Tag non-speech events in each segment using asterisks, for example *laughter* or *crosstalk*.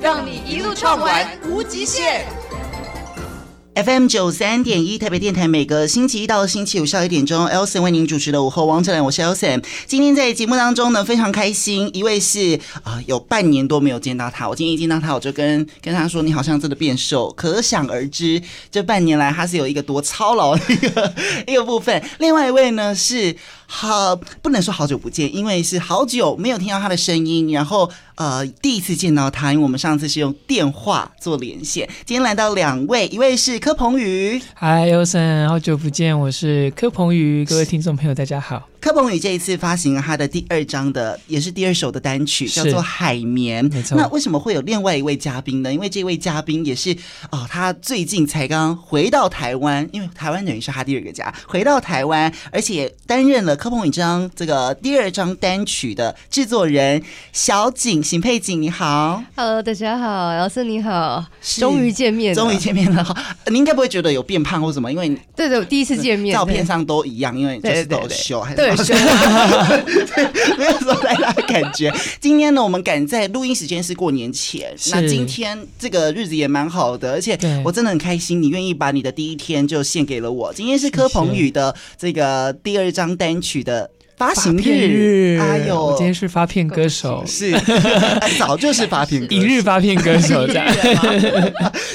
让你一路畅玩无极限。 FM 九三点一台北电台，每个星期一到星期五下午一点钟，Elson 为您主持的午后王者兰，我是 Elson。今天在节目当中呢，非常开心，一位是啊、有半年多没有见到他，我今天一见到他，我就跟跟他说，你好像真的变瘦，可想而知，这半年来他是有一个多操劳的一个 *laughs* 一个部分。另外一位呢是好不能说好久不见，因为是好久没有听到他的声音，然后呃第一次见到他，因为我们上次是用电话做连线，今天来到两位，一位是柯鹏宇，嗨，优森，好久不见，我是柯鹏宇，各位听众朋友，大家好。柯鹏宇这一次发行了他的第二张的，也是第二首的单曲，是叫做《海绵》。没错那为什么会有另外一位嘉宾呢？因为这位嘉宾也是啊、呃他最近才刚回到台湾，因为台湾等于是他第二个家，回到台湾，而且担任了柯鹏宇这张这个第二张单曲的制作人小景邢佩景，你好， Hello，大家好，姚森你好，是终于见面了，终于见面了， *laughs* 好你应该不会觉得有变胖或什么，因为你对对，我第一次见面，照片上都一样，因为就是都有修，还是对对对对， *laughs* 没有说太大的感觉。今天呢，我们赶在录音时间是过年前，是那今天这个日子也蛮好的，而且对我真的很开心，你愿意把你的第一天就献给了我。今天是柯鹏宇的这个第二张单曲的发行片日，哎我呦今。天是发片歌手，是，哎早就是发行一日发片歌 *laughs* 手这样。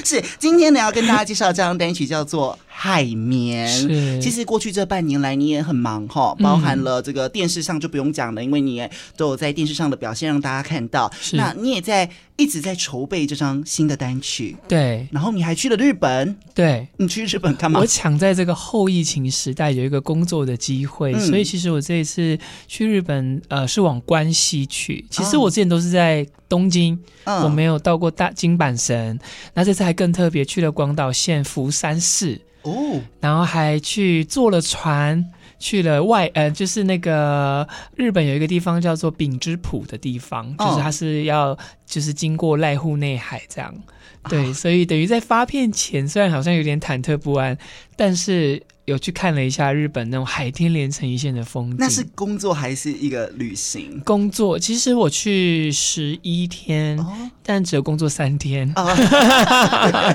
是，今天呢要跟大家介绍这张单曲叫做《海绵》。是嗯其实过去这半年来你也很忙哈，包含了这个电视上就不用讲了，因为你也都有在电视上的表现让大家看到。是那你也在一直在筹备这张新的单曲，对然后你还去了日本，对，你去日本干嘛我？抢在这个后疫情时代有一个工作的机会，嗯所以其实我这一次去日本，呃，是往关西去。其实哦我之前都是在东京，嗯我没有到过大金板神，那这次还更特别，去了广岛县福山市。哦，然后还去坐了船，去了外呃，就是那个日本有一个地方叫做丙之浦的地方，哦就是它是要就是经过濑户内海这样。对，哦所以等于在发片前，虽然好像有点忐忑不安，但是有去看了一下日本那种海天连成一线的风景。那是工作还是一个旅行？工作，其实我去十一天，哦但只有工作三天。啊，哦 *laughs*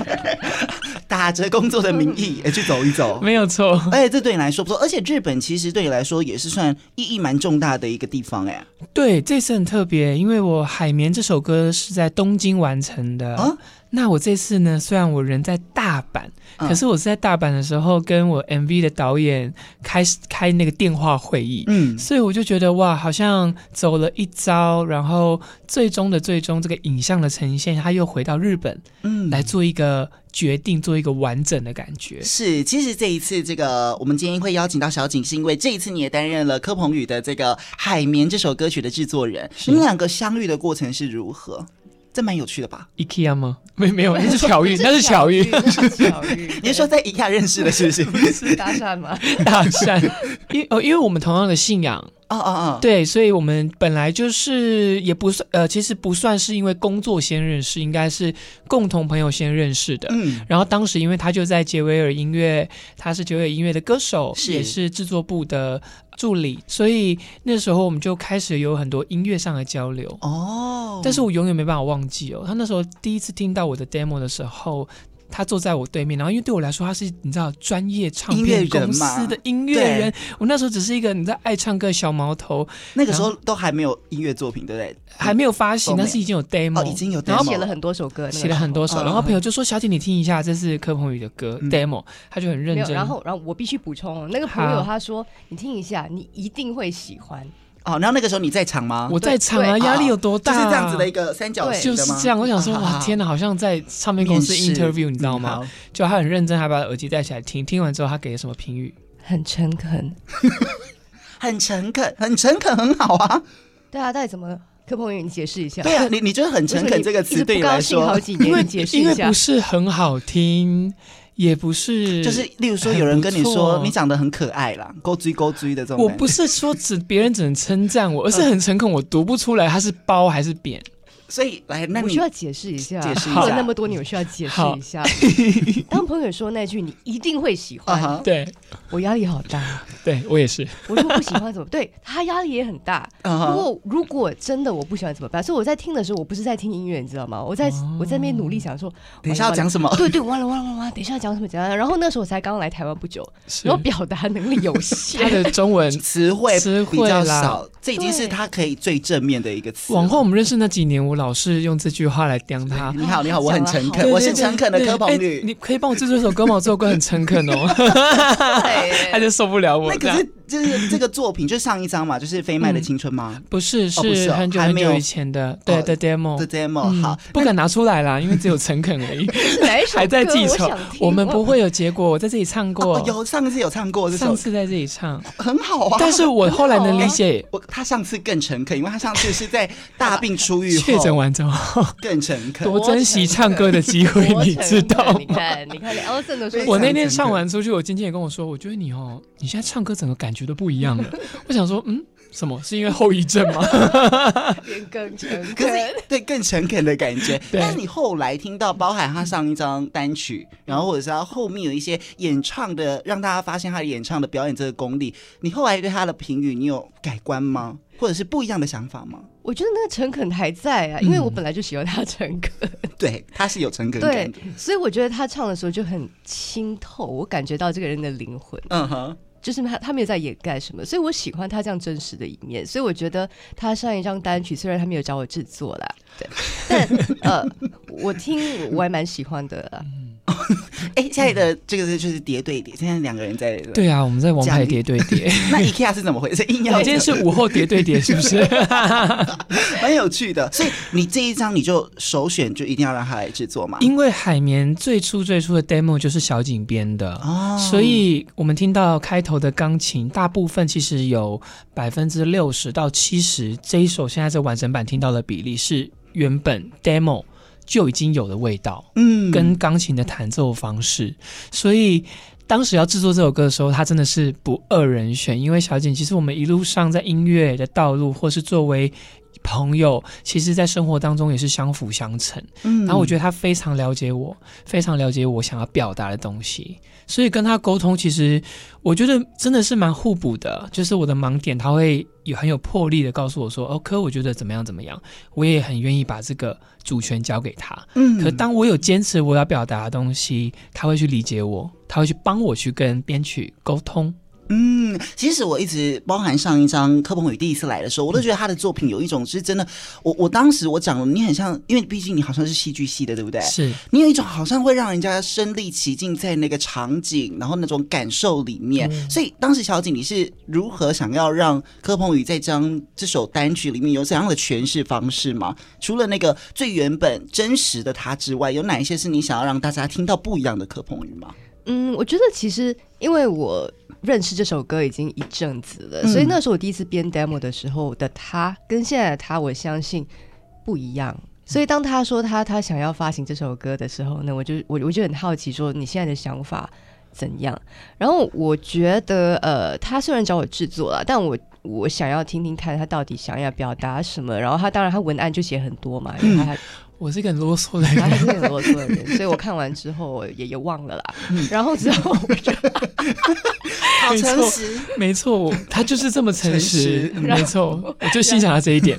打着工作的名义哎去走一走，没有错，而且哎这对你来说不错，而且日本其实对你来说也是算意义蛮重大的一个地方哎、对，这次很特别，因为我《海绵》这首歌是在东京完成的。啊那我这次呢，虽然我人在大阪，嗯可是我是在大阪的时候跟我 MV 的导演开始开那个电话会议。嗯，所以我就觉得哇，好像走了一遭，然后最终的最终，这个影像的呈现，他又回到日本，嗯来做一个决定，做一个完整的感觉。是，其实这一次这个我们今天会邀请到小景，是因为这一次你也担任了柯鹏宇的这个《海绵》这首歌曲的制作人，你们两个相遇的过程是如何？这蛮有趣的吧？ IKEA 吗？没没有，那是巧遇， *laughs* *laughs* 那是巧遇，那是巧遇，你是说在一下认识的，是不 *laughs* 是？是搭讪吗？大善。因哦，因为我们同样的信仰， *laughs* 哦哦哦，对，所以我们本来就是也不算呃，其实不算是因为工作先认识，应该是共同朋友先认识的。嗯，然后当时因为他就在杰维尔音乐，他是杰维尔音乐的歌手，是也是制作部的助理，所以那时候我们就开始有很多音乐上的交流。哦，但是我永远没办法忘记哦，他那时候第一次听到我的 demo 的时候。他坐在我对面，然后因为对我来说，他是你知道专业唱音乐片人公嘛司的音乐对人，我那时候只是一个你知道爱唱歌的小毛头，那个时候都还没有音乐作品，对不嗯对？还没有发行，都没但是已经有 demo，、哦已经有然后 demo 写了很多首歌，那个写了很多首，嗯然后朋友就说：“小姐，你听一下，这是柯鹏宇的歌、嗯 demo。”他就很认哦没有。真。然后，然后我必须补充，那个朋友好他说，你听一下，你一定会喜欢。哦，然后那个时候你在场吗？哦我在场啊，对压力有多大、就啊？是这样子的一个三角对形就的是吗这样。我想说，啊嗯哇，天哪，好像在唱片公司 interview，你知道吗？？就他很认真，还把耳机戴起来听，听完之后他给了什么 *laughs* 评语？很诚恳，面试嗯好很诚恳，很诚恳，很好啊。对啊，到底怎么柯鹏宇，你解释一下。对啊，你你觉得很为什诚么恳你这个一词直对你不高来兴说好，几年，因为你解释因一为下不。是很好听，也不是就是例如说有人跟你很不说错你长得很可爱啦，勾追勾追的这种我感觉，不是说只别人只能称赞我，而是很诚恳，我读不出来它是褒还是 *laughs* 贬。所以来那我你需要解释一下，解释一过了下那么多年，我需要解释好一下。 *laughs* 当朋友说那句“你一定会喜啊欢”，哈对，我压力好 *laughs* 大。对我也是。我如果不喜欢怎么？对他压力也很大。啊不哈，过如果真的我不喜欢怎么办？所以我在听的时候，我不是在听音乐，你知道吗？我在、我在那边努力想说，哦等一下要完了讲什么完了？对对，完了完了完了完了，等一下要讲什么讲？然后那时候我才刚来台湾不久，是然后表达能力有他 *laughs* 限。的中文词汇词比汇较啦少，这已经是对他可以最正面的一个词了。往后我们认识那几年，我老是用这句话来刁他。你好，你好，我很诚对恳，我是诚恳的对柯鹏对哎宇。你可以帮我制作一首歌吗？我这首歌很诚恳哦， *laughs* 他就受不了我那这可样。是就是这个作品，就是上一张嘛，就是飞麦的青春吗？不是，哦不是是哦很久还很没有久以前的，对哦的 demo 的 demo 嗯好，不敢拿出来啦，因为只有诚恳 *laughs* 而已，是哪一首歌？还在记我仇想。听我们不会有结果，我在这里唱过哦，，有上次有唱过这首上，次在这里唱，很好啊。但是我后来能理解我他上次更诚恳，因为他上次是在大病初愈后 *laughs* 确诊完之后更诚恳。多珍惜唱歌的 *laughs* 机会，多你诚知道恳你吗？看，你看，连 Elson 都说非常 *laughs* 我那诚恳天唱完出去，我经纪人也跟我说，我觉得你哦，你现在唱歌整个感觉都不一样了。 *laughs* 我想说，嗯，什么是因为后遗症 *laughs* 吗？连更诚可恳。是对更诚恳的感觉，对但是你后来听到包含他上一张单曲，然后或者是他后面有一些演唱的，让大家发现他的演唱的表演这个功力，你后来对他的评语你有改观嗯吗？或者是不一样的想法吗？我觉得那个诚恳还在啊，因为我本来就喜欢他诚恳， *laughs* 对，他是有诚恳感对的。，所以我觉得他唱的时候就很清透，我感觉到这个人的灵魂。嗯哼，就是他他没有在掩盖什么，所以我喜欢他这样真实的一面，所以我觉得他上一张单曲虽然他没有找我制作啦，对，但呃，我听我还蛮喜欢的啦，哎、现在的这个是就是叠对叠，现在两个人在。对啊，我们在王奖牌励叠对叠，那 IKEA 是怎么回事？硬要 *laughs* 今天是午后叠对叠，是不 *laughs* 是？ *laughs* 蛮有趣的，所以你这一张你就首选就一定要让他来制作嘛？因为海绵最初最初的 demo 就是小井编的，哦所以我们听到开头的钢琴，大部分其实有百分之六十到七十，这一首现在这完整版听到的比例是原本 demo 就已经有的味道，嗯跟钢琴的弹奏方式，所以。当时要制作这首歌的时候，他真的是不二人选，因为小井其实我们一路上在音乐的道路，或是作为朋友，其实在生活当中也是相辅相成。嗯然后我觉得他非常了解我，非常了解我想要表达的东西，所以跟他沟通，其实我觉得真的是蛮互补的。就是我的盲点，他会有很有魄力的告诉我说：“哦，可我觉得怎么样怎么样。”我也很愿意把这个主权交给他。嗯可当我有坚持我要表达的东西，他会去理解我，他会去帮我去跟编曲沟通。嗯，其实我一直包含上一张柯鹏宇第一次来的时候，我都觉得他的作品有一种是真的，我我当时我讲了，你很像，因为毕竟你好像是戏剧系的，对不对？是你有一种好像会让人家身临其境在那个场景，然后那种感受里面。所以当时小景，你是如何想要让柯鹏宇在这张这首单曲里面有怎样的诠释方式吗？除了那个最原本真实的他之外，有哪一些是你想要让大家听到不一样的柯鹏宇吗？嗯，我觉得其实因为我认识这首歌已经一阵子了，嗯所以那时候我第一次编 demo 的时候的他跟现在的他，我相信不一样。所以当他说他他想要发行这首歌的时候呢，我就我我就很好奇说你现在的想法怎样？然后我觉得呃，他虽然找我制作了，但我。我想要听听看他到底想要表达什么，然后他当然他文案就写很多嘛，因为他我是个很啰嗦的然后他人，是很啰嗦的人，所以我看完之后也也忘了啦。然后之后我就好没诚错实，没错，我他就是这么诚实，诚嗯实没错，我就欣赏他这一点。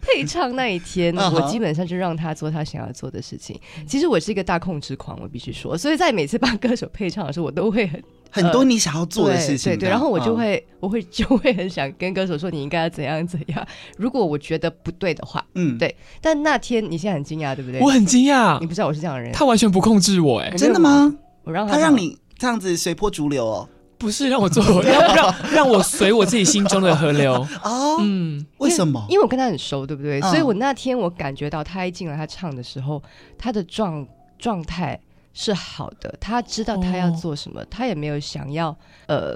配唱那一天，嗯哼我基本上就让他做他想要做的事情。其实我是一个大控制狂，我必须说，所以在每次帮歌手配唱的时候，我都会很很多你想要做的事情呃对这样、对对，然后我就嗯会、我会就会很想跟歌手说你应该要怎样怎样。如果我觉得不对的话，嗯对。但那天你现在很惊讶，对不对？我很惊讶你，不知道我是这样的人，他完全不控制我、哎，真的吗？我让他唱让你这样子随波逐流哦。不是让我做，让让让我随我自己心中的河 *laughs* 流。哦，嗯，为什么？因为我跟他很熟，对不对？嗯所以我那天我感觉到他一进来他唱的时候，他的状状态是好的，他知道他要哦做什么，他也没有想要呃，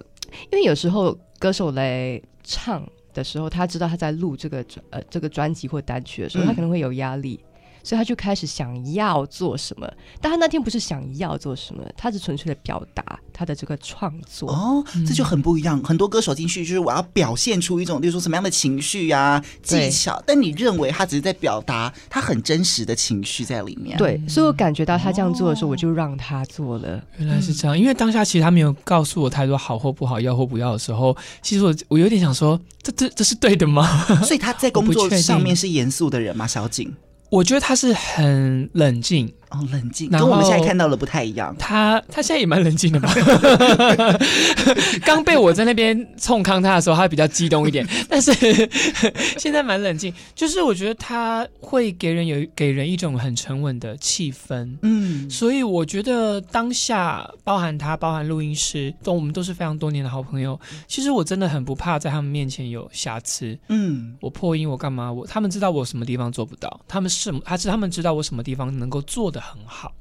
因为有时候歌手来唱。的时候，他知道他在录这个专呃这个专辑或单曲的时候，嗯他可能会有压力，所以他就开始想要做什么。但他那天不是想要做什么，他是纯粹的表达他的这个创作。哦，这就很不一样。很多歌手进去就是我要表现出一种，例如说什么样的情绪啊、技对巧，但你认为他只是在表达他很真实的情绪在里面。，对，所以我感觉到他这样做的时哦候，我就让他做了。原来是这样，因为当下其实他没有告诉我太多好或不好、要或不要的时候，其实我我有点想说，这这这是对的吗？所以他在工我作不确定上面是严肃的人吗？小景，我觉得他是很冷静，哦，冷静，然跟后我们现在看到的不太一样。他他现在也蛮冷静的吧？刚被我在那边冲康他的时候，他比较激动一点，但是 *laughs* 现在蛮冷静。就是我觉得他会给人有给人一种很沉稳的气氛。嗯，所以我觉得当下，包含他，包含录音师，都我们都是非常多年的好朋友。其实我真的很不怕在他们面前有瑕疵，嗯，我破音我干嘛？我他们知道我什么地方做不到，他们是他是他们知道我什么地方能够做得很好，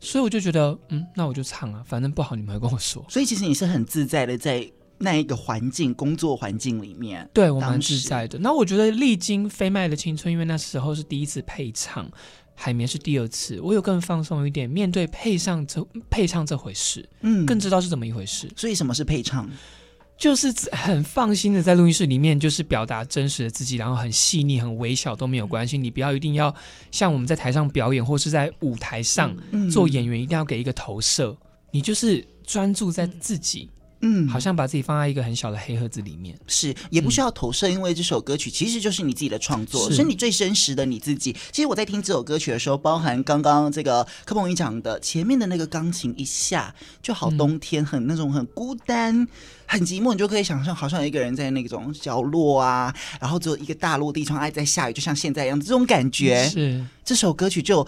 所以我就觉得，嗯，那我就唱啊，反正不好你们会跟我说。所以其实你是很自在的在那一个环境、工作环境里面。对我蛮当时自在的。那我觉得历经《飞麦的青春》，因为那时候是第一次配唱，《海绵》是第二次，我有更放松一点，面对配上这配唱这回事，嗯，更知道是怎么一回事。所以什么是配唱？就是很放心的在录音室里面，就是表达真实的自己，然后很细腻、很微小都没有关系。你不要一定要像我们在台上表演，或是在舞台上、嗯做演员，一定要给一个投射。你就是专注在自己，嗯，好像把自己放在一个很小的黑盒子里面。是，也不需要投射，因为这首歌曲其实就是你自己的创作，嗯是是你最真实的你自己。其实我在听这首歌曲的时候，包含刚刚这个柯鹏宇讲的前面的那个钢琴一下，就好嗯冬天，很那种很孤单、很寂寞，你就可以想象，好像有一个人在那种角落啊，然后只有一个大落地窗，哎，在下雨，就像现在一样，这种感觉。嗯是，这首歌曲就，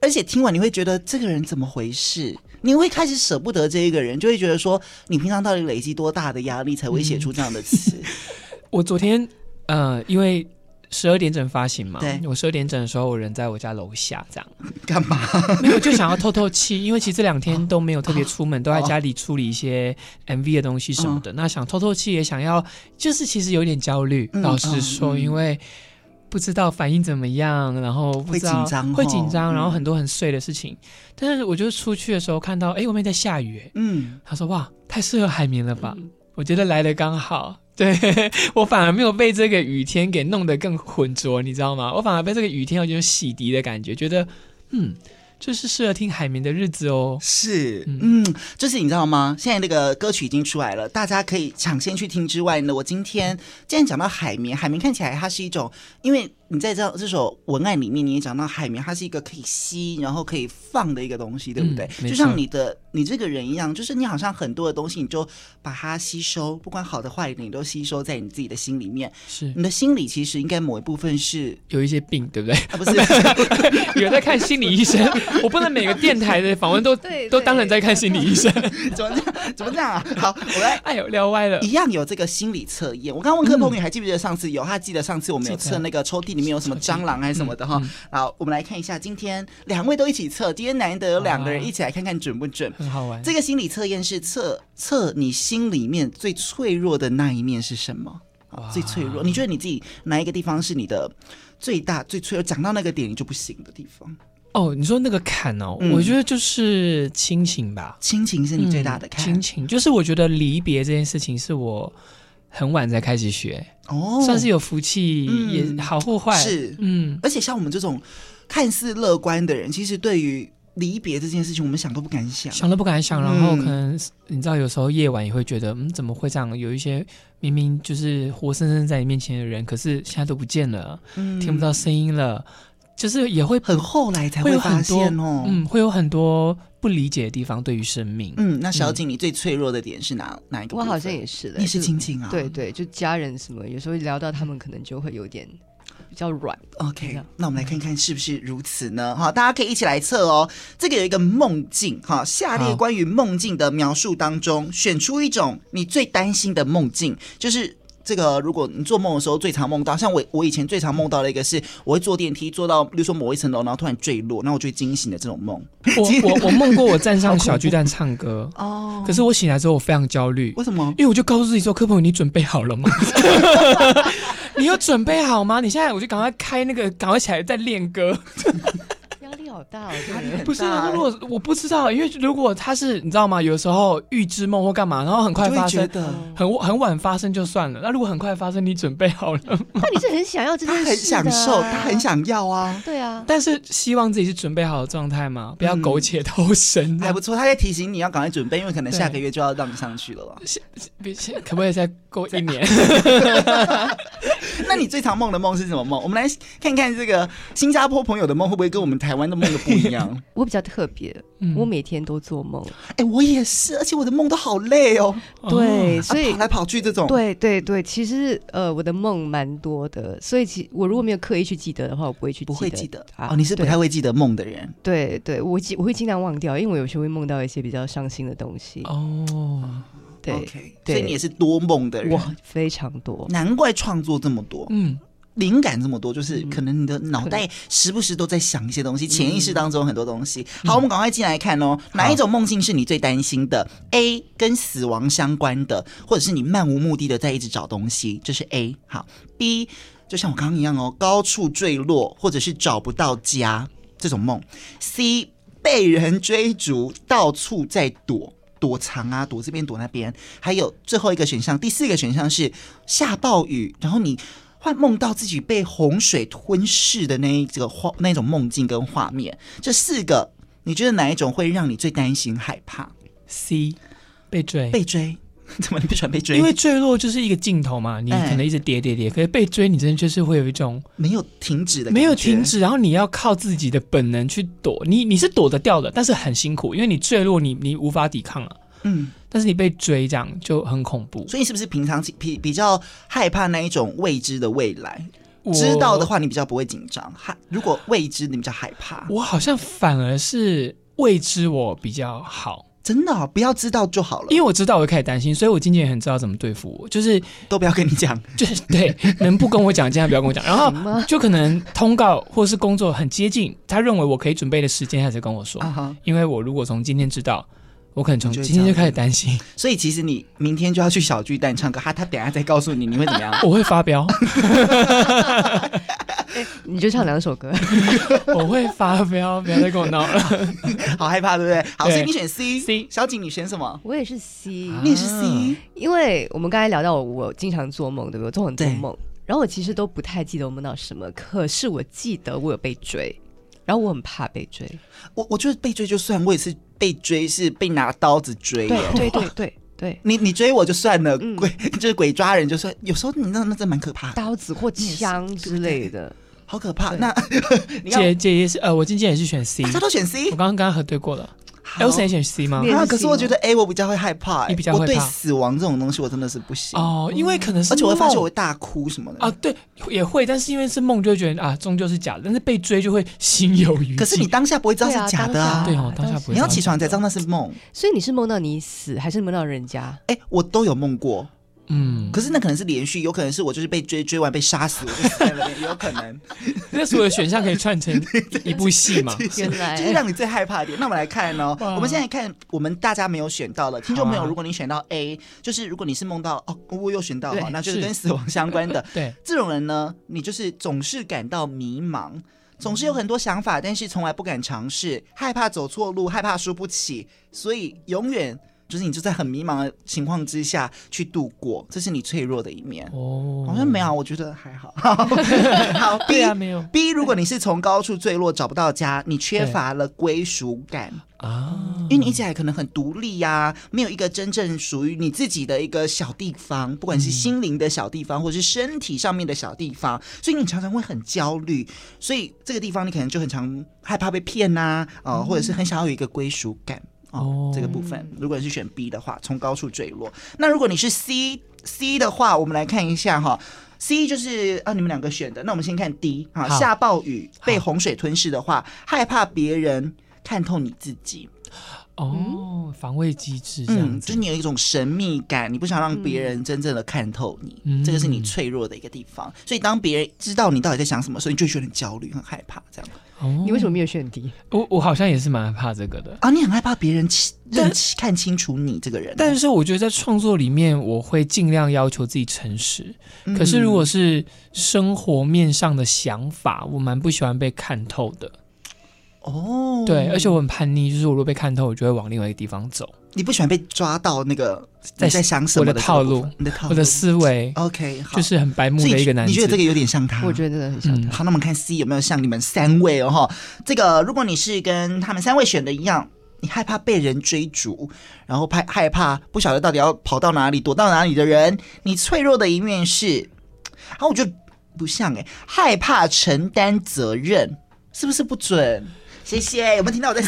而且听完你会觉得这个人怎么回事？你会开始舍不得这一个人，就会觉得说，你平常到底累积多大的压力才会嗯写出这样的词？我昨天呃，因为十二点整发行嘛，对我十二点整的时候，我人在我家楼下这样，干嘛？ *laughs* 没有就想要透透气，因为其实这两天都没有特别出哦门，都在家里处理一些 MV 的东西什嗯么的。那想透透气，也想要，就是其实有点焦虑，嗯老实说，嗯嗯因为。不知道反应怎么样，然后不知道会紧张哦会紧张，嗯然后很多很碎的事情。但是我就出去的时候看到，哎，外面在下雨，哎嗯，他说：“哇，太适合海绵了吧？我觉得来的刚好。 *laughs* 对我反而没有被这个雨天给弄得更浑浊，你知道吗？我反而被这个雨天有一种洗涤的感觉，觉得嗯，这是适合听海绵的日子哦。是，嗯，就是你知道吗？现在那个歌曲已经出来了，大家可以抢先去听。之外呢，我今天既然讲到海绵，海绵看起来它是一种，因为你在这这首文案里面你也讲到海绵，它是一个可以吸，然后可以放的一个东西，对不对？嗯没错就像你的你这个人一样，就是你好像很多的东西，你就把它吸收，不管好的坏的，你都吸收在你自己的心里面。是你的心里其实应该某一部分是有一些病，对不对？啊，不 *laughs* 是是有在看心理医生，我不能每个电台的访 *laughs* 问都对都当成在看心理医生。怎么这样？怎么这样啊？好，我来哎呦，聊歪了。一样有这个心理测验。我刚刚问柯鹏宇还记不记得上次有？他记得上次我们有嗯记得嗯测那个抽屉里面有什么蟑螂还是什么的哈。好，我们来看一下，今天两位都一起测，今天难得有两个人啊一起来看看准不准。很好玩，这个心理测验是测测你心里面最脆弱的那一面是什么？好最脆弱，你觉得你自己哪一个地方是你的最大最脆弱？讲到那个点你就不行的地方，哦，你说那个坎哦，嗯我觉得就是亲情吧。亲情是你最大的嗯坎亲、情就是我觉得离别这件事情是我很晚才开始学，哦，算是有福气，嗯也好或坏是嗯，而且像我们这种看似乐观的人，其实对于离别这件事情，我们想都不敢想。想都不敢想，然后嗯可能你知道，有时候夜晚也会觉得，嗯，怎么会这样？有一些明明就是活生生在你面前的人，可是现在都不见了，嗯听不到声音了，就是也会很后来才会有发很多现哦。嗯嗯，会有很多不理解的地方对于生命，嗯那小景，你最脆弱的点是哪哪一个部我分？好像也是的，你是就亲情啊。对对，就家人什么，有时候聊到他们，可能就会有点比较软。真，OK 的。那我们来看看是不是如此呢？好，大家可以一起来测哦。这个有一个梦境，哈，下列好关于梦境的描述当中，选出一种你最担心的梦境，就是。这个如果你做梦的时候最常梦到，像我我以前最常梦到的一个是，我会坐电梯坐到，比如说某一层楼，然后突然坠落，然后我就会惊醒的这种梦。我我我梦过我站上小巨蛋唱歌，哦，可是我醒来之后我非常焦虑，为什么？因为我就告诉自己说：“柯朋友，你准备好了 *laughs* 吗？你有准备好吗？你现在我就赶快开那个，赶快起来再练歌。压力好大哦，这个人不是，很大然后如果我不知道，因为如果他是你知道吗？有时候预知梦或干嘛，然后很快就会发觉生，得很很晚发生就算了。那如果很快发生，你准备好了 *laughs* 吗？那你是很想要这件他事、很享受，他很，想要啊，对啊，但是希望自己是准备好的状态嘛，不要苟且偷生。嗯还不错。他在提醒你要赶快准备，因为可能啊对下个月就要让你上去了啊啦。别先可不可以再过一年？ *laughs* 那你最常梦的梦是什么梦？我们来看看这个新加坡朋友的梦会不会跟我们台湾的梦都不一样？我比较特别，嗯我每天都做梦， *laughs* 哎、我也是，而且我的梦都好累哦，对，哦所以啊跑来跑去这种。，对对对，其实呃，我的梦蛮多的，所以其我如果没有刻意去记得的话，我不会去不会记得它哦，你是不对太会记得梦的人。对对，我记我会尽量忘掉，因为我有时候会梦到一些比较伤心的东西。哦，对 o k 对所以你也是多梦的人哇，，非常多。难怪创作这么多，嗯，灵感这么多，就是嗯可能你嗯的脑袋时不时都在想一些东西，潜意识当中很多东西。好，我们赶快进来看哦，哪一种梦境是你最担心的？A 跟死亡相关的，或者是你漫无目的的在一直找东西，这是 A。好，B 就像我刚刚一样哦，高处坠落或者是找不到家这种梦。C 被人追逐，到处在躲。躲藏啊，躲这边躲那边，还有最后一个选项，第四个选项是下暴雨，然后你幻梦到自己被洪水吞噬的那一个画那种梦境跟画面。这四个，你觉得哪一种会让你最担心害怕？嗯 C 被追，被追？怎么你不喜欢被追？因为坠落就是一个镜头嘛，你哎可能一直跌跌跌，可是被追，你真的就是会有一种没有停止的，没有停。止，然后你要靠自己的本能去躲，你你是躲得掉的，但是很辛苦，因为你坠落你，你无法抵抗了、嗯，但是你被追这样就很恐怖。所以你是不是平常比比较害怕那一种未知的未来？我知道的，话，你比较不会紧张；害如果未知，你比较害怕。我好像反而是未知我比较好，真的哦、不要知道就好了因，为我知道我会开始担心，所以我经纪人很知道怎么对付我，就是都不要跟你讲。就是对，能不跟我讲，尽量不要跟我讲。*laughs* 然后就可能通告或是工作很接近，他认为我可以准备的时间，他才跟我说。啊哈因为我如果从今天知道，我可能从你就会今天这样就开始担心，所以其实你明天就要去小巨蛋唱歌，他他等一下再告诉你你会怎 *laughs* 么样。我会发飙，你就唱两首 *laughs* 歌，我会发飙，不要再跟我闹了。好害怕，对不对？好，对所以你选 C。 C 小景，你选什么？啊我也是 C，你也是 C，因为我们刚才聊到我我经常做梦，对不对？我都很多对梦，然后我其实都不太记得我梦到什么，可是我记得我有被追，然后我很怕被追。我我觉得被追就算，我也是被追，是被拿刀子追。对对对对对，你你追我就算了，嗯鬼 *laughs* 就是鬼抓人就算。有时候你那那真蛮可怕的，刀子或枪之类的，好可怕。 *laughs* 那你看姐姐也是，呃，我今天也是选 C，大家我都选 C，刚刚刚核对过了。好 Elson 也选 C 吗你？也是 C 啊，可是我觉得 A 我比较会害怕、欸，你比较会我对怕死亡这种东西我真的是不行，哦，因为可能是而且我会发现我梦会大哭什么的啊，。对，也会，但是因为是梦，就会觉得啊，终究是假的，但是被追就会心有余悸。可是你当下不会知道是假的啊，对哦，当下不会。你要起床才知道那是梦。所以你是梦到你死，还是梦到人家？哎、我都有梦过，嗯，可是那可能是连续，有可能是我就是被追追完被杀死，我就死在那边，也有 *laughs* 可能。那所有的选项可以串 *laughs* 成一部戏嘛？原来就是让你最害怕的点。那我们来看哦，我们现在看我们大家没有选到了，听众朋友，啊如果你选到 A，就是如果你是梦到哦，我有选到对哈，那就是是跟死亡相关 *laughs* 的。对，这种人呢，你就是总是感到迷茫，总是有很多想法，但是从来不敢尝试，害怕走错路，害怕输不起，所以永远。就是你就在很迷茫的情况之下去度过，这是你脆弱的一面。哦，好像没有，我觉得还好。 *laughs* 好对，B 啊，没有 B，如果你是从高处坠落找不到家，你缺乏了归属感，啊，因为你一直以来可能很独立呀、没有一个真正属于你自己的一个小地方，不嗯管是心灵的小地方，或是身体上面的小地方，所以你常常会很焦虑，所以这个地方你可能就很常害怕被骗呐、啊，呃，或者是很想要有一个归属感。哦哦，这个部分，如果你是选 B 的话，从高处坠落。那如果你是 C C 的话，我们来看一下哈。C 就是啊，你们两个选的。那我们先看 D 啊，好下暴雨被好洪水吞噬的话，害怕别人看透你自己。哦，防卫机制这样嗯，就子是。你有一种神秘感，你不想让别人真正的看透你，嗯这个是你脆弱的一个地方。所以当别人知道你到底在想什么时候，你就会觉得很焦虑、很害怕，这样哦你为什么没有选嗯低？我我好像也是蛮怕这个的。啊，你很害怕别人清但认清看清楚你这个人。但是我觉得在创作里面，我会尽量要求自己诚实。嗯可是如果是生活面上的想法，我蛮不喜欢被看透的。哦，对，而且我很叛逆，就是我如果被看透，我就会往另外一个地方走。你不喜欢被抓到那个在你在想什么我的这个套部分路，你的套路，我的思维 OK，好，哦就是很白目所以的一个男子。你觉得这个有点像他？我觉得真的很像嗯他。好，那我们看 C 有没有像你们三位哦哈。这个，如果你是跟他们三位选的一样，你害怕被人追逐，然后怕害怕不晓得到底要跑到哪里、躲到哪里的人，你脆弱的一面是，啊，我觉得不像哎、害怕承担责任，是不是不准？谢谢，有没有听到我 *laughs* 在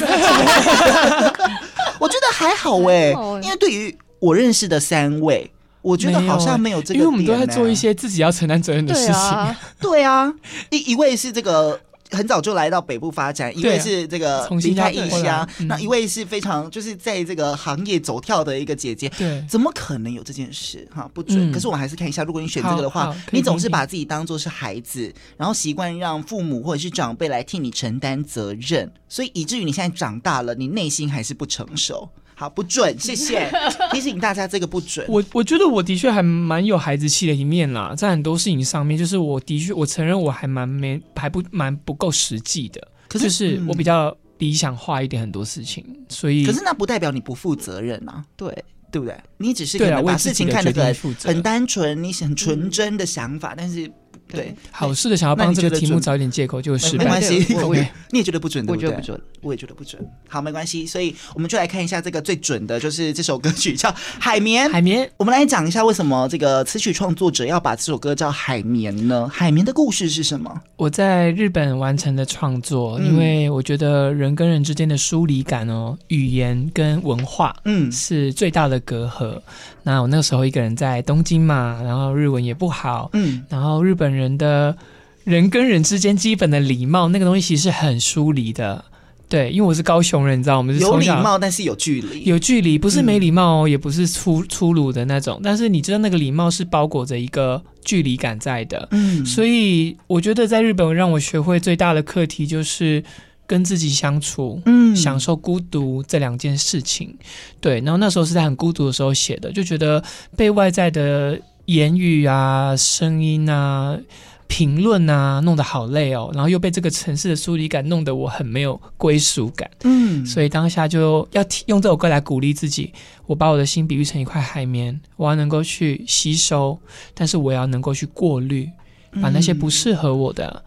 我觉得还好还哎、好欸因为对于我认识的三位，我觉得好像没有这个、因为我们都在做一。些自己要承担责任的事对情。啊，对啊， *laughs* 一一位是这个。很早就来到北部发展，一对啊位是这个从离新加开坡异过来乡，嗯那一位是非常就是在这个行业走跳的一个姐姐，对怎么可能有这件事哈？不准。嗯可是我还是看一下，如果你选这个的好话好可，以你总是可以把自己当做是孩子，然后习惯让父母或者是长辈来替你承担责任，所以以至于你现在长大了，你内心还是不成熟。好，不准，谢 *laughs* 谢，提醒大家这个不准。我我觉得我的确还蛮有孩子气的一面啦，在很多事情上面，就是我的确我承认我还蛮没还不蛮不够实际的，可是就是嗯我比较理想化一点很多事情，所以可是那不代表你不负责任啊。对，对不对？你只是可对啊，能为把自事己情的看得决定很负责。很单纯，你很纯真的想法，但是对对，好事的想要那帮你这个觉得题目准找一点借口，就是失没败。关系，我我也你也觉得不准，对我不觉对得不， *laughs* 准。我也觉得不准。好，没关系，所以我们就来看一下这个最准的，就是这首歌曲叫《海绵》。 *laughs* 海绵我们来讲一下为什么这个词曲创作者要把这首歌叫《海绵》呢？海绵的故事是什么？我在日本完成的创作，嗯因为我觉得人跟人之间的疏离感哦，语言跟文化嗯是最大的隔阂。那我那时候一个人在东京嘛，然后日文也不好，嗯，然后日本人的人跟人之间基本的礼貌那个东西其实是很疏离的。对，因为我是高雄人，你知道，我们是有从礼小貌，但是有距离。有距离，不是没礼貌哦，也不是粗粗鲁的那种，但是你知道那个礼貌是包裹着一个距离感在的，嗯，所以我觉得在日本让我学会最大的课题就是跟自己相处。嗯享受孤独这两件事情，对，然后那时候是在很孤独的时候写的，就觉得被外在的言语啊、声音啊、评论啊弄得好累哦，然后又被这个城市的疏离感弄得我很没有归属感。嗯，所以当下就要提用这首歌来鼓励自己。我把我的心比喻成一块海绵，我要能够去吸收，但是我也要能够去过滤，把那些不嗯适合我的、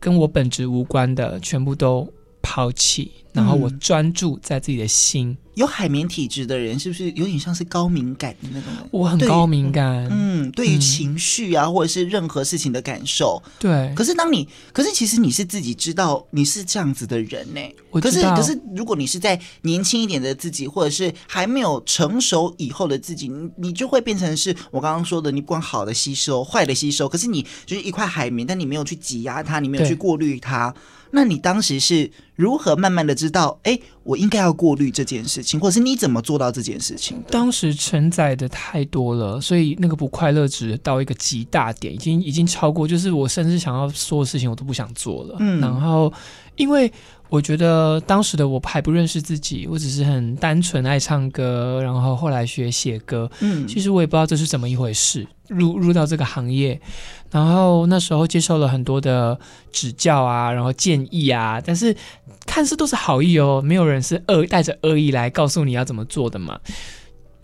跟我本质无关的，全部都抛弃，然后我嗯专注在自己的心。有海绵体质的人是不是有点像是高敏感的那种人？我很对高敏感，嗯，对于嗯情绪啊，或者是任何事情的感受，对，可是当你，可是其实你是自己知道你是这样子的人呢、我可知是道可是如果你是在年轻一点的自己，或者是还没有成熟以后的自己，你你就会变成是我刚刚说的，你不管好的吸收，坏的吸收，可是你就是一块海绵，但你没有去挤压它，你没有对去过滤它。那你当时是如何慢慢的知道，哎，我应该要过滤这件事情，或者是你怎么做到这件事情的？当时承载的太多了，所以那个不快乐值到一个极大点，已经已经超过，就是我甚至想要所有事情我都不想做了。嗯然后因为我觉得当时的我还不认识自己，我只是很单纯爱唱歌，然后后来学写歌，嗯其实我也不知道这是怎么一回事，入入到这个行业，然后那时候接受了很多的指教啊，然后建议啊，但是看似都是好意哦，没有人是恶带着恶意来告诉你要怎么做的嘛。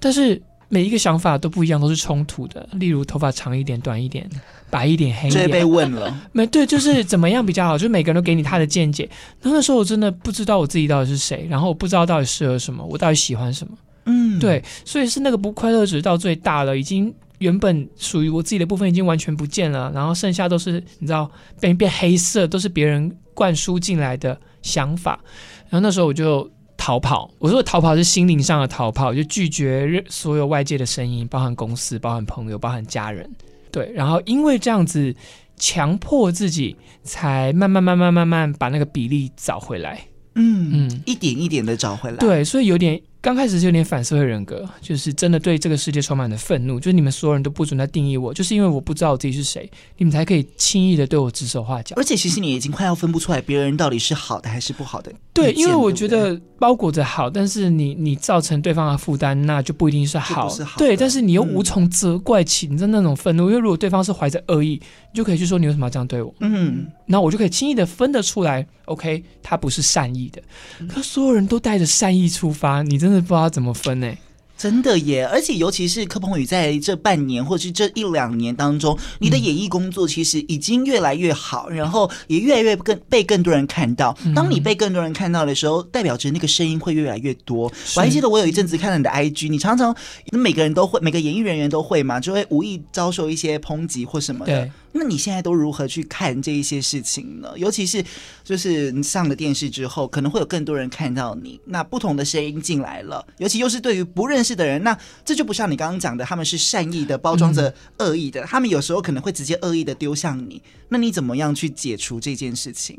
但是每一个想法都不一样，都是冲突的。例如头发长一点、短一点、白一点、黑一就会被点，问了，没对，就是怎么样比较好，就是每个人都给你他的见解。然后那时候我真的不知道我自己到底是谁，然后我不知道到底适合什么，我到底喜欢什么。嗯，对，所以是那个不快乐值到最大了，已经原本属于我自己的部分已经完全不见了，然后剩下都是你知道变变黑色，都是别人灌输进来的想法。然后那时候我就逃跑，我说的逃跑是心灵上的逃跑，我就拒绝任所有外界的声音，包含公司、包含朋友、包含家人。对，然后因为这样子强迫自己，才慢慢慢慢慢慢把那个比例找回来。嗯嗯嗯，一点一点的找回来。，对，所以有点刚开始是有点反社会人格，就是真的对这个世界充满了愤怒，就是你们所有人都不准再定义我，就是因为我不知道我自己是谁，你们才可以轻易的对我指手画脚。而且其实你已经快要分不出来别人到底是好的还是不好的意见。对，因为我对不觉对得包裹着好，但是你你造成对方的负担，那就不一定是就好。不是好对，的但是你又嗯无从责怪起你的那种愤怒，因为如果对方是怀着恶意，你就可以去说你为什么要这样对我，嗯，那我就可以轻易的分得出来，OK，他不是善意的。可所有人都带着善意出发，你真的不知道怎么分呢、欸真的耶！而且尤其是柯鹏宇在这半年或是这一两年当中，你的演艺工作其实已经越来越好，然后也越来越更被更多人看到。嗯当你被更多人看到的时候，代表着那个声音会越来越多。我还记得我有一阵子看了你的 IG，你常常每个人都会，每个演艺人员都会嘛，就会无意遭受一些抨击或什么的对。那你现在都如何去看这一些事情呢？尤其是就是你上了电视之后，可能会有更多人看到你，那不同的声音进来了，尤其又是对于不认识的人，那这就不像你刚刚讲的，他们是善意的包装嗯着恶意的，他们有时候可能会直接恶意的丢向你，那你怎么样去解除这件事情？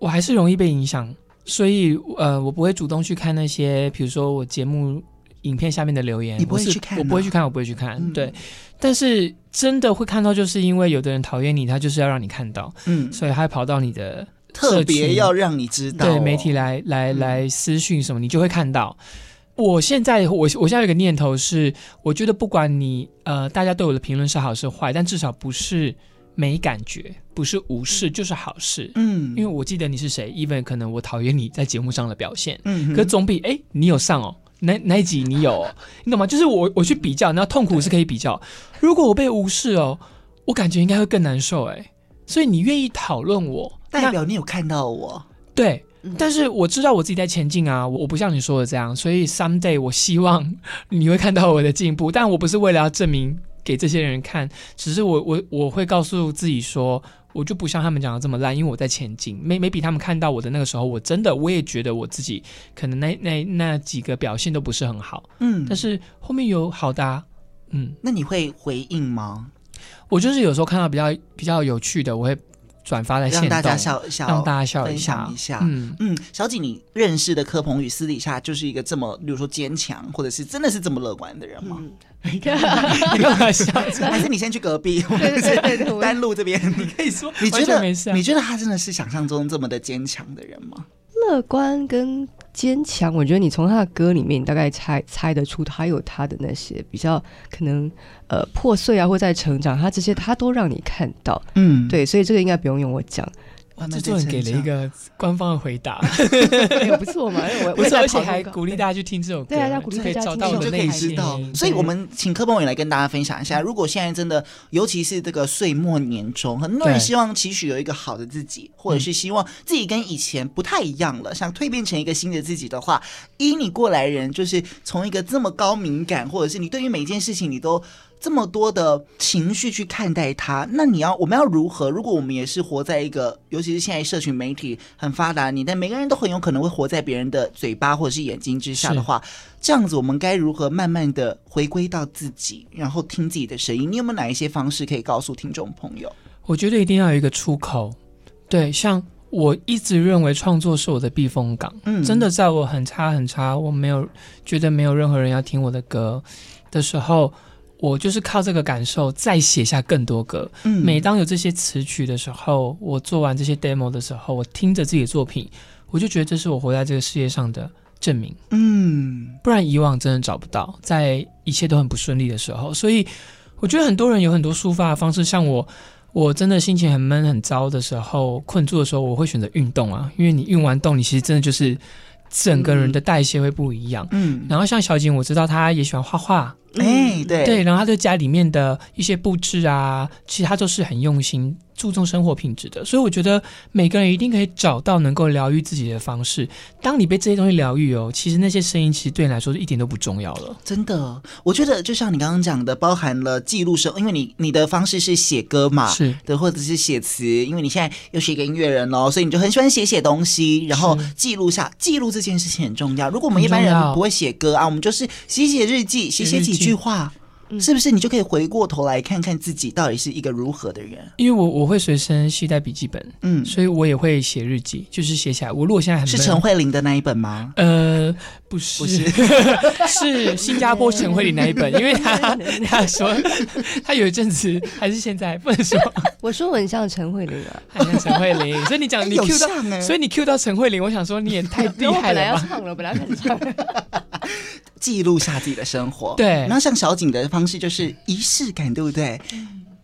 我还是容易被影响，所以呃，我不会主动去看那些，比如说我节目影片下面的留言，你不会我是去看我哦不会去看，我不会去看，嗯对。但是真的会看到，就是因为有的人讨厌你，他就是要让你看到，嗯，所以他会跑到你的特社别群要让你知道、对媒体，来来哦嗯来私讯什么，你就会看到。我现在我我现在有一个念头是，我觉得不管你呃大家对我的评论是好是坏，但至少不是没感觉，不是无视，就是好事。嗯，因为我记得你是谁，even 可能我讨厌你在节目上的表现，嗯哼可总比哎、诶你有上哦，哪哪一集你有、哦，你懂吗？就是我我去比较，那痛苦是可以比较。如果我被无视哦，我感觉应该会更难受哎、所以你愿意讨论我，代那表你有看到我，对。嗯但是我知道我自己在前进啊，我我不像你说的这样，所以 someday 我希望 *laughs* 你会看到我的进步，但我不是为了要证明给这些人看，只是我我我会告诉自己说，我就不像他们讲的这么烂，因为我在前进。没没比他们看到我的那个时候，我真的我也觉得我自己可能那那那几个表现都不是很好，嗯，但是后面有好的、啊，嗯，那你会回应吗？我就是有时候看到比较比较有趣的，我会转发在线让动，大家笑笑，让大家笑一分下享一下，嗯。 *laughs* 嗯，小景，你认识的柯鹏宇私底下就是一个这么，比如说坚强，或者是真的是这么乐观的人吗？你干嘛笑？ *laughs* 还是你先去隔壁，或对者是对对对，我丹路这边？你可以说，你觉完全得没事啊你觉得他真的是想象中这么的坚强的人吗？乐观跟坚强，我觉得你从他的歌里面，你大概猜猜得出他有他的那些比较可能呃破碎啊，或在成长，他这些他都让你看到。嗯，对，所以这个应该不用用我讲，慢慢制在作人给了一成长。个官方的回 *laughs* 答，也不错嘛。因为我不是，而 *laughs* 且我也在跑还广告鼓励大家去听这首歌，对啊要鼓励就可以大家找听到这我首你就的歌可以内知心哎道，所以对嗯我们请柯鹏宇来跟大家分享一下。如果现在真的，尤其是这个岁末年终，很多人对嗯希望期许有一个好的自己，或者是希望自己跟以前不太一样了，想蜕变成一个新的自己的话，依你过来人，就是从一个这么高敏感，或者是你对于每件事情你都这么多的情绪去看待它，那你要我们要如何？如果我们也是活在一个，尤其是现在社群媒体很发达的年代，每个人都很有可能会活在别人的嘴巴或者是眼睛之下的话，这样子我们该如何慢慢的回归到自己，然后听自己的声音？你有没有哪一些方式可以告诉听众朋友？我觉得一定要有一个出口。对，像我一直认为创作是我的避风港，嗯真的在我很差很差，我没有觉得没有任何人要听我的歌的时候，我就是靠这个感受再写下更多歌。嗯每当有这些词曲的时候，我做完这些 demo 的时候，我听着自己的作品，我就觉得这是我活在这个世界上的证明。嗯不然以往真的找不到，在一切都很不顺利的时候，所以我觉得很多人有很多抒发的方式，像我，我真的心情很闷很糟的时候，困住的时候，我会选择运动啊，因为你运完动，你其实真的就是整个人的代谢会不一样。嗯，然后像小景，我知道她也喜欢画画，哎、对对，然后她对家里面的一些布置啊，其实她都是很用心、注重生活品质的。所以我觉得每个人一定可以找到能够疗愈自己的方式。当你被这些东西疗愈哦，其实那些声音其实对你来说是一点都不重要了。真的，我觉得就像你刚刚讲的，包含了记录声，因为你你的方式是写歌嘛，是对，或者是写词，因为你现在又是一个音乐人哦，所以你就很喜欢写写东西，然后记录下，记录这件事情很重要。如果我们一般很重人要不会写歌啊，我们就是写写日记，写写嗯写日几记句话，是不是你就可以回过头来看看自己到底是一个如何的人？因为我我会随身携带笔记本，嗯，所以我也会写日记，就是写下来。我如果现在很是闷陈慧琳的那一本吗？呃，不是， *laughs* 是新加坡陈慧琳那一本，因 *laughs* 为他他说他有一阵子还是现在不能说，我说我很像陈慧琳啊，他像陈慧琳，所以你讲你有 Q 到，像欸所以你 Q 到陈慧琳，我想说你也 *laughs* 太厉然后我害本来了要吧。唱了，我本来要开始唱，记录下自己的生活。对然后像小景的方式就是仪式感，对不对？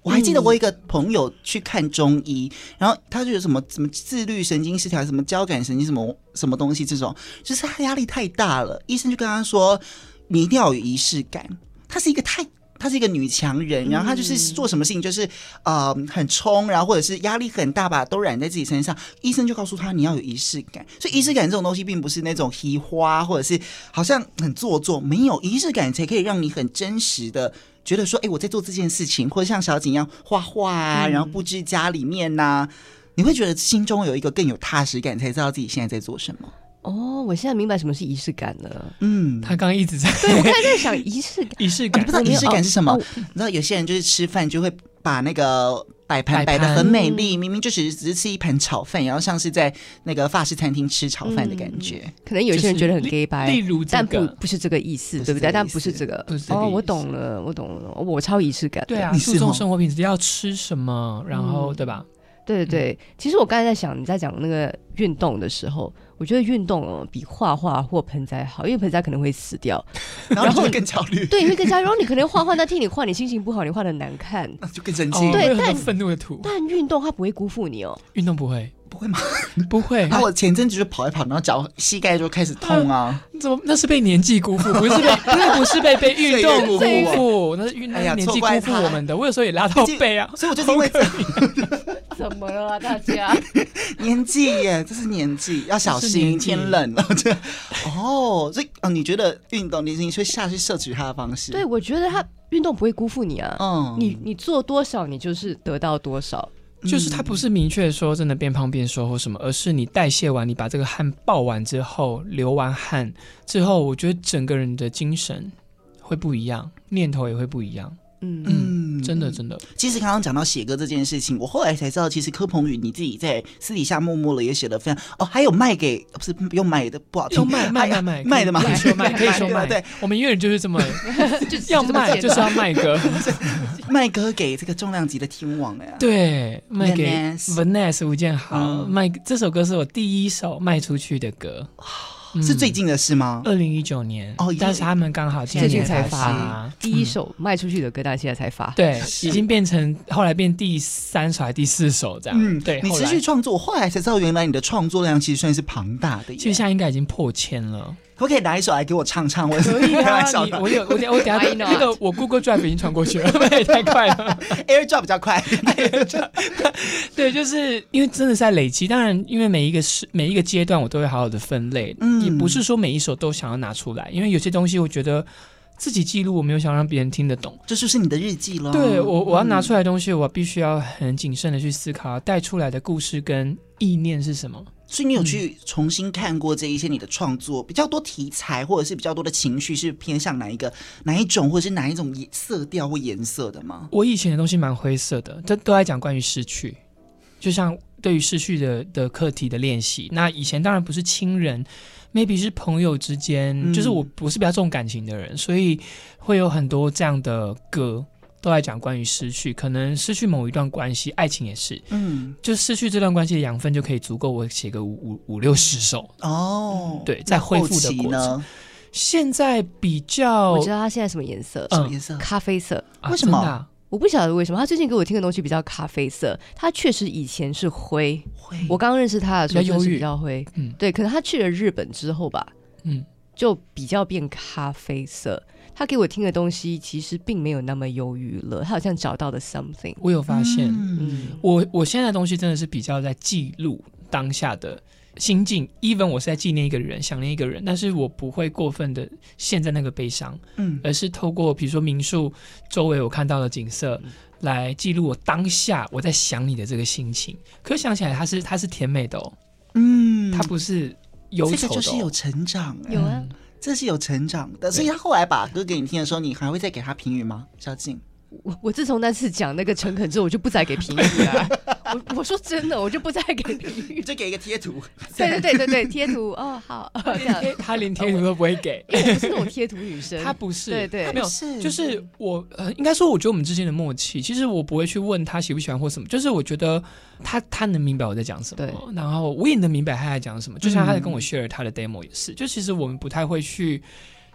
我还记得我有一个朋友去看中医，然后他就有什么什么自律神经失调、什么交感神经什么什么东西这种，就是他压力太大了，医生就跟他说你一定要有仪式感。她是一个太。她是一个女强人，然后她就是做什么事情就是，呃，很冲，然后或者是压力很大吧，都染在自己身上。医生就告诉她你要有仪式感，所以仪式感这种东西并不是那种提花或者是好像很做作，没有仪式感才可以让你很真实的觉得说，哎，我在做这件事情，或者像小景一样画画啊，然后布置家里面呐、你会觉得心中有一个更有踏实感，才知道自己现在在做什么。哦，我现在明白什么是仪式感了。嗯， *laughs* 他刚刚一直在对，我刚才在想仪式感， *laughs* 仪式啊你感不知道没仪有式感是什么？哦哦你知道有些人就是吃饭就会把那个摆盘摆摆盘的很美丽，明明就只是只是吃一盘炒饭，然后像是在那个法式餐厅吃炒饭的感觉。可能有些人觉得很 gay 白，例如这但不个，不是这个意思，不是对不对？这个但意不是思这个不是，这个哦，我意思懂了，我懂了，我超仪式感的。对啊，你是注重吗生活品质，要吃什么，然后嗯对吧？对对嗯对，其实我刚才在想你在讲那个运动的时候，我觉得运动哦比画画或盆栽好，因为盆栽可能会死掉。然后就会更焦虑，对，你会更加，然后你可能画画，那替你画，你心情不好，你画的难看。就更生气。哦，对会有很多但愤怒的图，但运动它不会辜负你哦，运动不会，不会吗？ *laughs* 不会，然后我前阵子就跑一跑，然后脚膝盖就开始痛啊！怎么？那是被年纪辜负，不是 *laughs* 被，那不是被被运动辜岁月辜负，那是运那哎是呀年纪错辜怪负他我们的。我有时候也拉到背啊，所以我就是因为这怎么了、大家？年纪耶，这是年纪，要小这是年心，纪天冷了。这哦，所以哦，你觉得运动，你你会下去摄取它的方 *laughs* 式？对，，我觉得它运动不会辜负你啊。嗯你你做多少，你就是得到多少。就是它不是明确说真的变胖变瘦或什么，而是你代谢完，你把这个汗爆完之后，流完汗之后，我觉得整个人的精神会不一样，念头也会不一样。嗯，嗯，真的真的，其实刚刚讲到写歌这件事情，我后来才知道，其实柯鹏宇你自己在私底下默默的也写了非常哦，还有卖给哦不是不用卖的不好听，要卖卖还卖卖卖的嘛，可以说卖，可以说卖。对，我们音乐人 *laughs* 就是这么就要卖，就是要卖 *laughs* 歌，卖歌给这个重量级的天王哎、，对，卖给 Vanessa Vanessa 吴建豪，嗯卖这首歌是我第一首卖出去的歌，是最近的事吗？二零一九年哦已经但是他们刚好今最近年才发发。第一首卖出去的歌，但现在才发。 *laughs* 对，已经变成后来变第三首还是第四首这样。嗯，对，你后持来续创作，我后来才知道原来你的创作量其实算是庞大的耶。其实现在应该已经破千了。可不可以拿一首来给我唱唱？我可 *laughs* 以开啊玩，笑你 *laughs* 的我有我等我等下 Why not？那个我 Google Drive 已经传过去了，也太快 *laughs* 了。 ，AirDrop 比较 *laughs* 快。对，就是因为真的是在累积。当然，因为每一个是每一个阶段，我都会好好的分类，嗯也不是说每一首都想要拿出来，因为有些东西我觉得自己记录，我没有想让别人听得懂。这就是你的日记了。对我，嗯我要拿出来的东西，我必须要很谨慎的去思考，带出来的故事跟意念是什么。所以你有嗯去重新看过这一些你的创作，比较多题材或者是比较多的情绪是偏向哪一个哪一种，或者是哪一种颜色调或颜色的吗？我以前的东西蛮灰色的，这都在讲关于失去，就像对于失去的的课题的练习。那以前当然不是亲人，maybe 是朋友之间，嗯就是我不是比较重感情的人，所以会有很多这样的歌都在讲关于失去，可能失去某一段关系，爱情也是，嗯，就失去这段关系的养分就可以足够我写个五五五六十首。哦，对，在恢后复的期过程，呢？现在比较我知道它现在什么颜色，什哦嗯么颜色？咖啡色。啊为什么真的啊我不晓得为什么，他最近给我听的东西比较咖啡色。他确实以前是灰，灰我刚认识他的时候比较忧就是郁比较灰，嗯对。可能他去了日本之后吧，嗯，就比较变咖啡色。他给我听的东西其实并没有那么忧郁了，他好像找到了 something。我有发现。嗯嗯，我我现在的东西真的是比较在记录当下的心境，even 我是在纪念一个人、想念一个人，但是我不会过分的陷在那个悲伤，嗯，而是透过比如说民宿周围我看到的景色来记录我当下我在想你的这个心情。可是想起来，它是它是甜美的哦，嗯，它不是忧这愁个的、哦，就是有成长、哎有啊，这是有成长的。所以他后来把歌给你听的时候，你还会再给他评语吗？小静，我我自从那次讲那个诚恳之后，我就不再给评语了。我我说真的，我就不再给评你语。就给一个贴图， *laughs* 对对对对对，贴图哦 *laughs* 好，这样，他连贴图都不会给。因为我不是那种贴图女生。他不是，对对他没有他不，是嗯就是我呃，应该说，我觉得我们之间的默契，其实我不会去问他喜不喜欢或什么，就是我觉得他他能明白我在讲什对嗯么，然后我也能明白他在讲什么。就像他在跟我 share 他的 demo 也是，就其实我们不太会去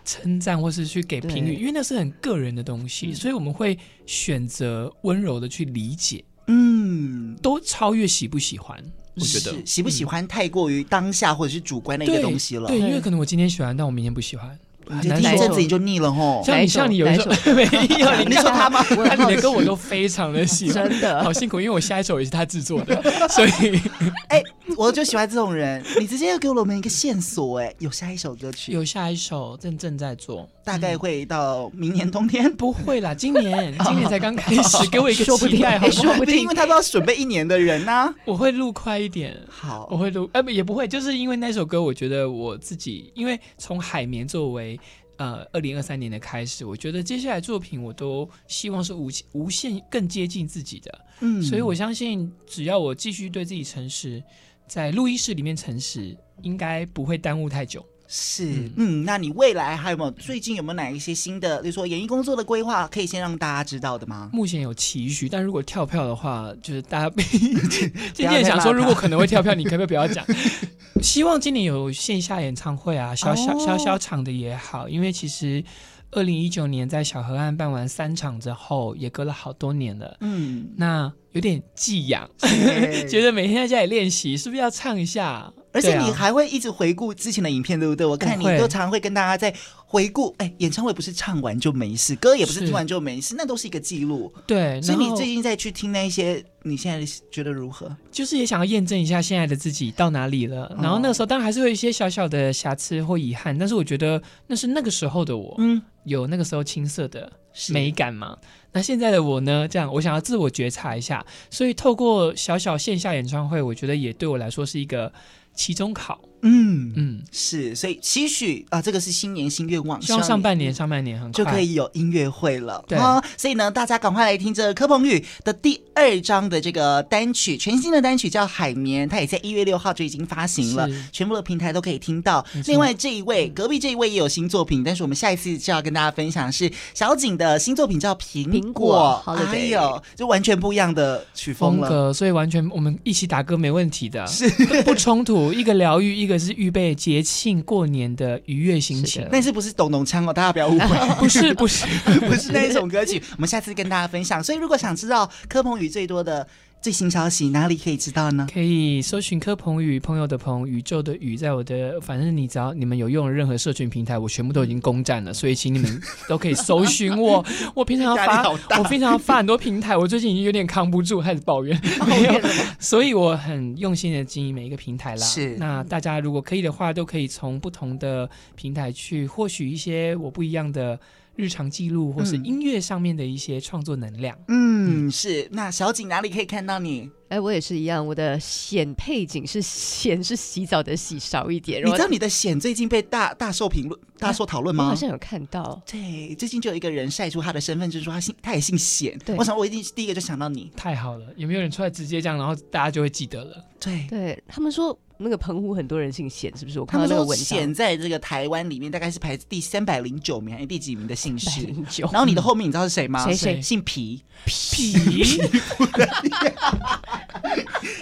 称赞或是去给评语，对嗯因为那是很个人的东西，所以我们会选择温柔的去理解，嗯，都超越喜不喜欢。我觉得是喜不喜欢太过于当下或者是主观的一个对东西了。对，因为对可能我今天喜欢，但我明天不喜欢，你很就难第哪一一阵说。子你就腻了吼。像你像你有一首哪 *laughs* 没有，你你说他吗？我很他好你的歌我奇都非常的喜欢，真的好辛苦，因为我下一首也是他制作 *laughs* 的，所以 *laughs* 哎、我就喜欢这种人。你直接又给我们一个线索、哎，有下一首歌曲，有下一首正正在做，嗯大概会到明年冬天。 *laughs* 不会啦，*laughs* 今年今年才刚开始，给我一个哦说不期定待好哎 *laughs* 不好说？不定因为他都要准备一年的人呐、 *laughs* 我会录快一点，哦好，我会录，呃，不也不会，就是因为那首歌，我觉得我自己，因为从海绵作为。呃，二零二三年的开始，我觉得接下来作品我都希望是无无限更接近自己的，嗯所以我相信，只要我继续对自己诚实，在录音室里面诚实，应该不会耽误太久。是嗯，那你未来还有没有最近有没有哪一些新的，比如说演艺工作的规划，可以先让大家知道的吗？目前有期许，但如果跳票的话，就是大 *laughs* 家 *laughs* 今不要再天想骂他说，如果可能会跳票，你可不可以不要讲？ *laughs* 希望今年有线下演唱会啊，小小哦小小场的也好，因为其实二零一九年在小河岸办完三场之后，也隔了好多年了，嗯，那有点寄养，对 *laughs* 觉得每天在家里练习，是不是要唱一下？而且对啊哦你还会一直回顾之前的影片，对不对？我看你我会都常会跟大家在回顾，哎，演唱会不是唱完就没事，歌也不是是听完就没事，那都是一个记录。对，所以然你后最近再去听那一些，你现在觉得如何？就是也想要验证一下现在的自己到哪里了。然后那个时候当然还是会有一些小小的瑕疵或遗憾，但是我觉得那是那个时候的我，嗯，有那个时候青涩的是美感嘛。那现在的我呢，这样我想要自我觉察一下，所以透过小小线下演唱会，我觉得也对我来说是一个期中考。嗯，嗯，是，所以期许啊，这个是新年新愿望，希望上你半年上半年很快就可。以有音乐会了。对啊所以呢，大家赶快来听这柯鹏宇的第二张的这个单曲，全新的单曲叫《海绵》，它也在一月六号就已经发行了是，全部的平台都可以听到没。错另外这一位，隔壁这一位也有新作品，但是我们下一次就要跟大家分享的是小景的新作品叫《苹苹果果》，还 Holiday 有就完全不一样的曲风风了。格，所以完全我们一起打歌没问题的，是不冲突。一个疗愈，一个是预备节庆过年的愉悦心是情的。但是不是懂懂腔哦，大家不要误会。 *laughs* 不是不是，不是那一种歌曲， *laughs* 我们下次跟大家分享。所以如果想知道柯鹏宇最多的最新消息，哪里可以知道呢？可以搜寻柯鹏宇，朋友的鹏，宇宙的宇，在我的反正你只要你们有用的任何社群平台，我全部都已经攻占了，所以请你们都可以搜寻 *laughs* 我。我平常要压力发好，大我平常要发很多平台，我最近已经有点扛不住，开始抱怨， *laughs* 没有，所以我很用心的经营每一个平台啦。是那大家如果可以的话，都可以从不同的平台去获取一些我不一样的日常记录，或是嗯音乐上面的一些创作能量。嗯，是。那小景哪里可以看到你？哎，我也是一样，我的显配景是显是洗澡的洗少一点，你然后知道你的显最近被大大受评论、大受讨论哎我吗好？像有看到，对，最近就有一个人晒出他的身份证，说他姓他也姓显。对我想我一定是第一个就想到你。太好了，有没有人出来直接这样，然后大家就会记得了？对，对他们说那个澎湖很多人姓显，是不是？我他看到那们个说文显章，在这个台湾里面大概是排第三百零九名还是第几名的姓氏？久然后你的后面你知道是谁吗？谁谁姓皮，皮，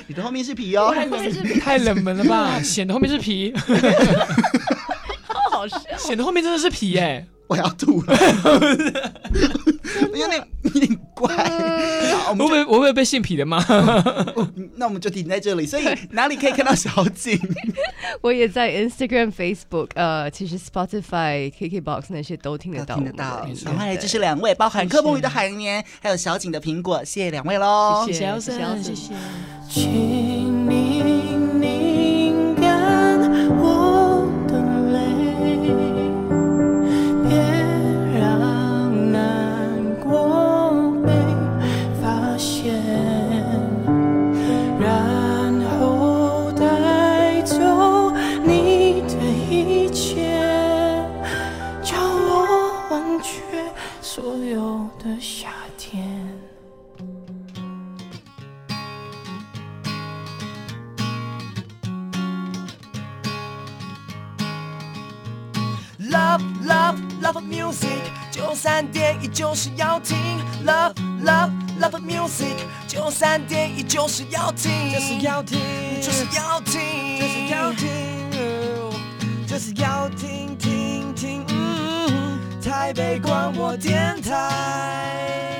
你的后面是皮哦。 *laughs* 太冷门了吧？显得后面是皮， *laughs* 好笑，显得后面真的是皮哎、我要吐了， *laughs* 有点有点 *laughs* 怪。好，我我们会我会被性皮的骂。 *laughs* 就那我们就停在这里。所以哪里可以看到小 *laughs* 景？ *laughs* 我也在 Instagram、Facebook，呃，其实 Spotify、KKBox 那些都听得到我听得们的到音乐，。赶快来对支持两位，包含柯梦鱼的海绵，还有小景的苹果，谢谢两位喽。谢谢小谢沈谢谢。请你拧干我的泪，别让难过被发现，然后带走你的一切。 music，九三点一就是要听 love love love music，九三点一就是要听，就是要听，就是要听，就是要听，就是要听听听，嗯台北广播电台。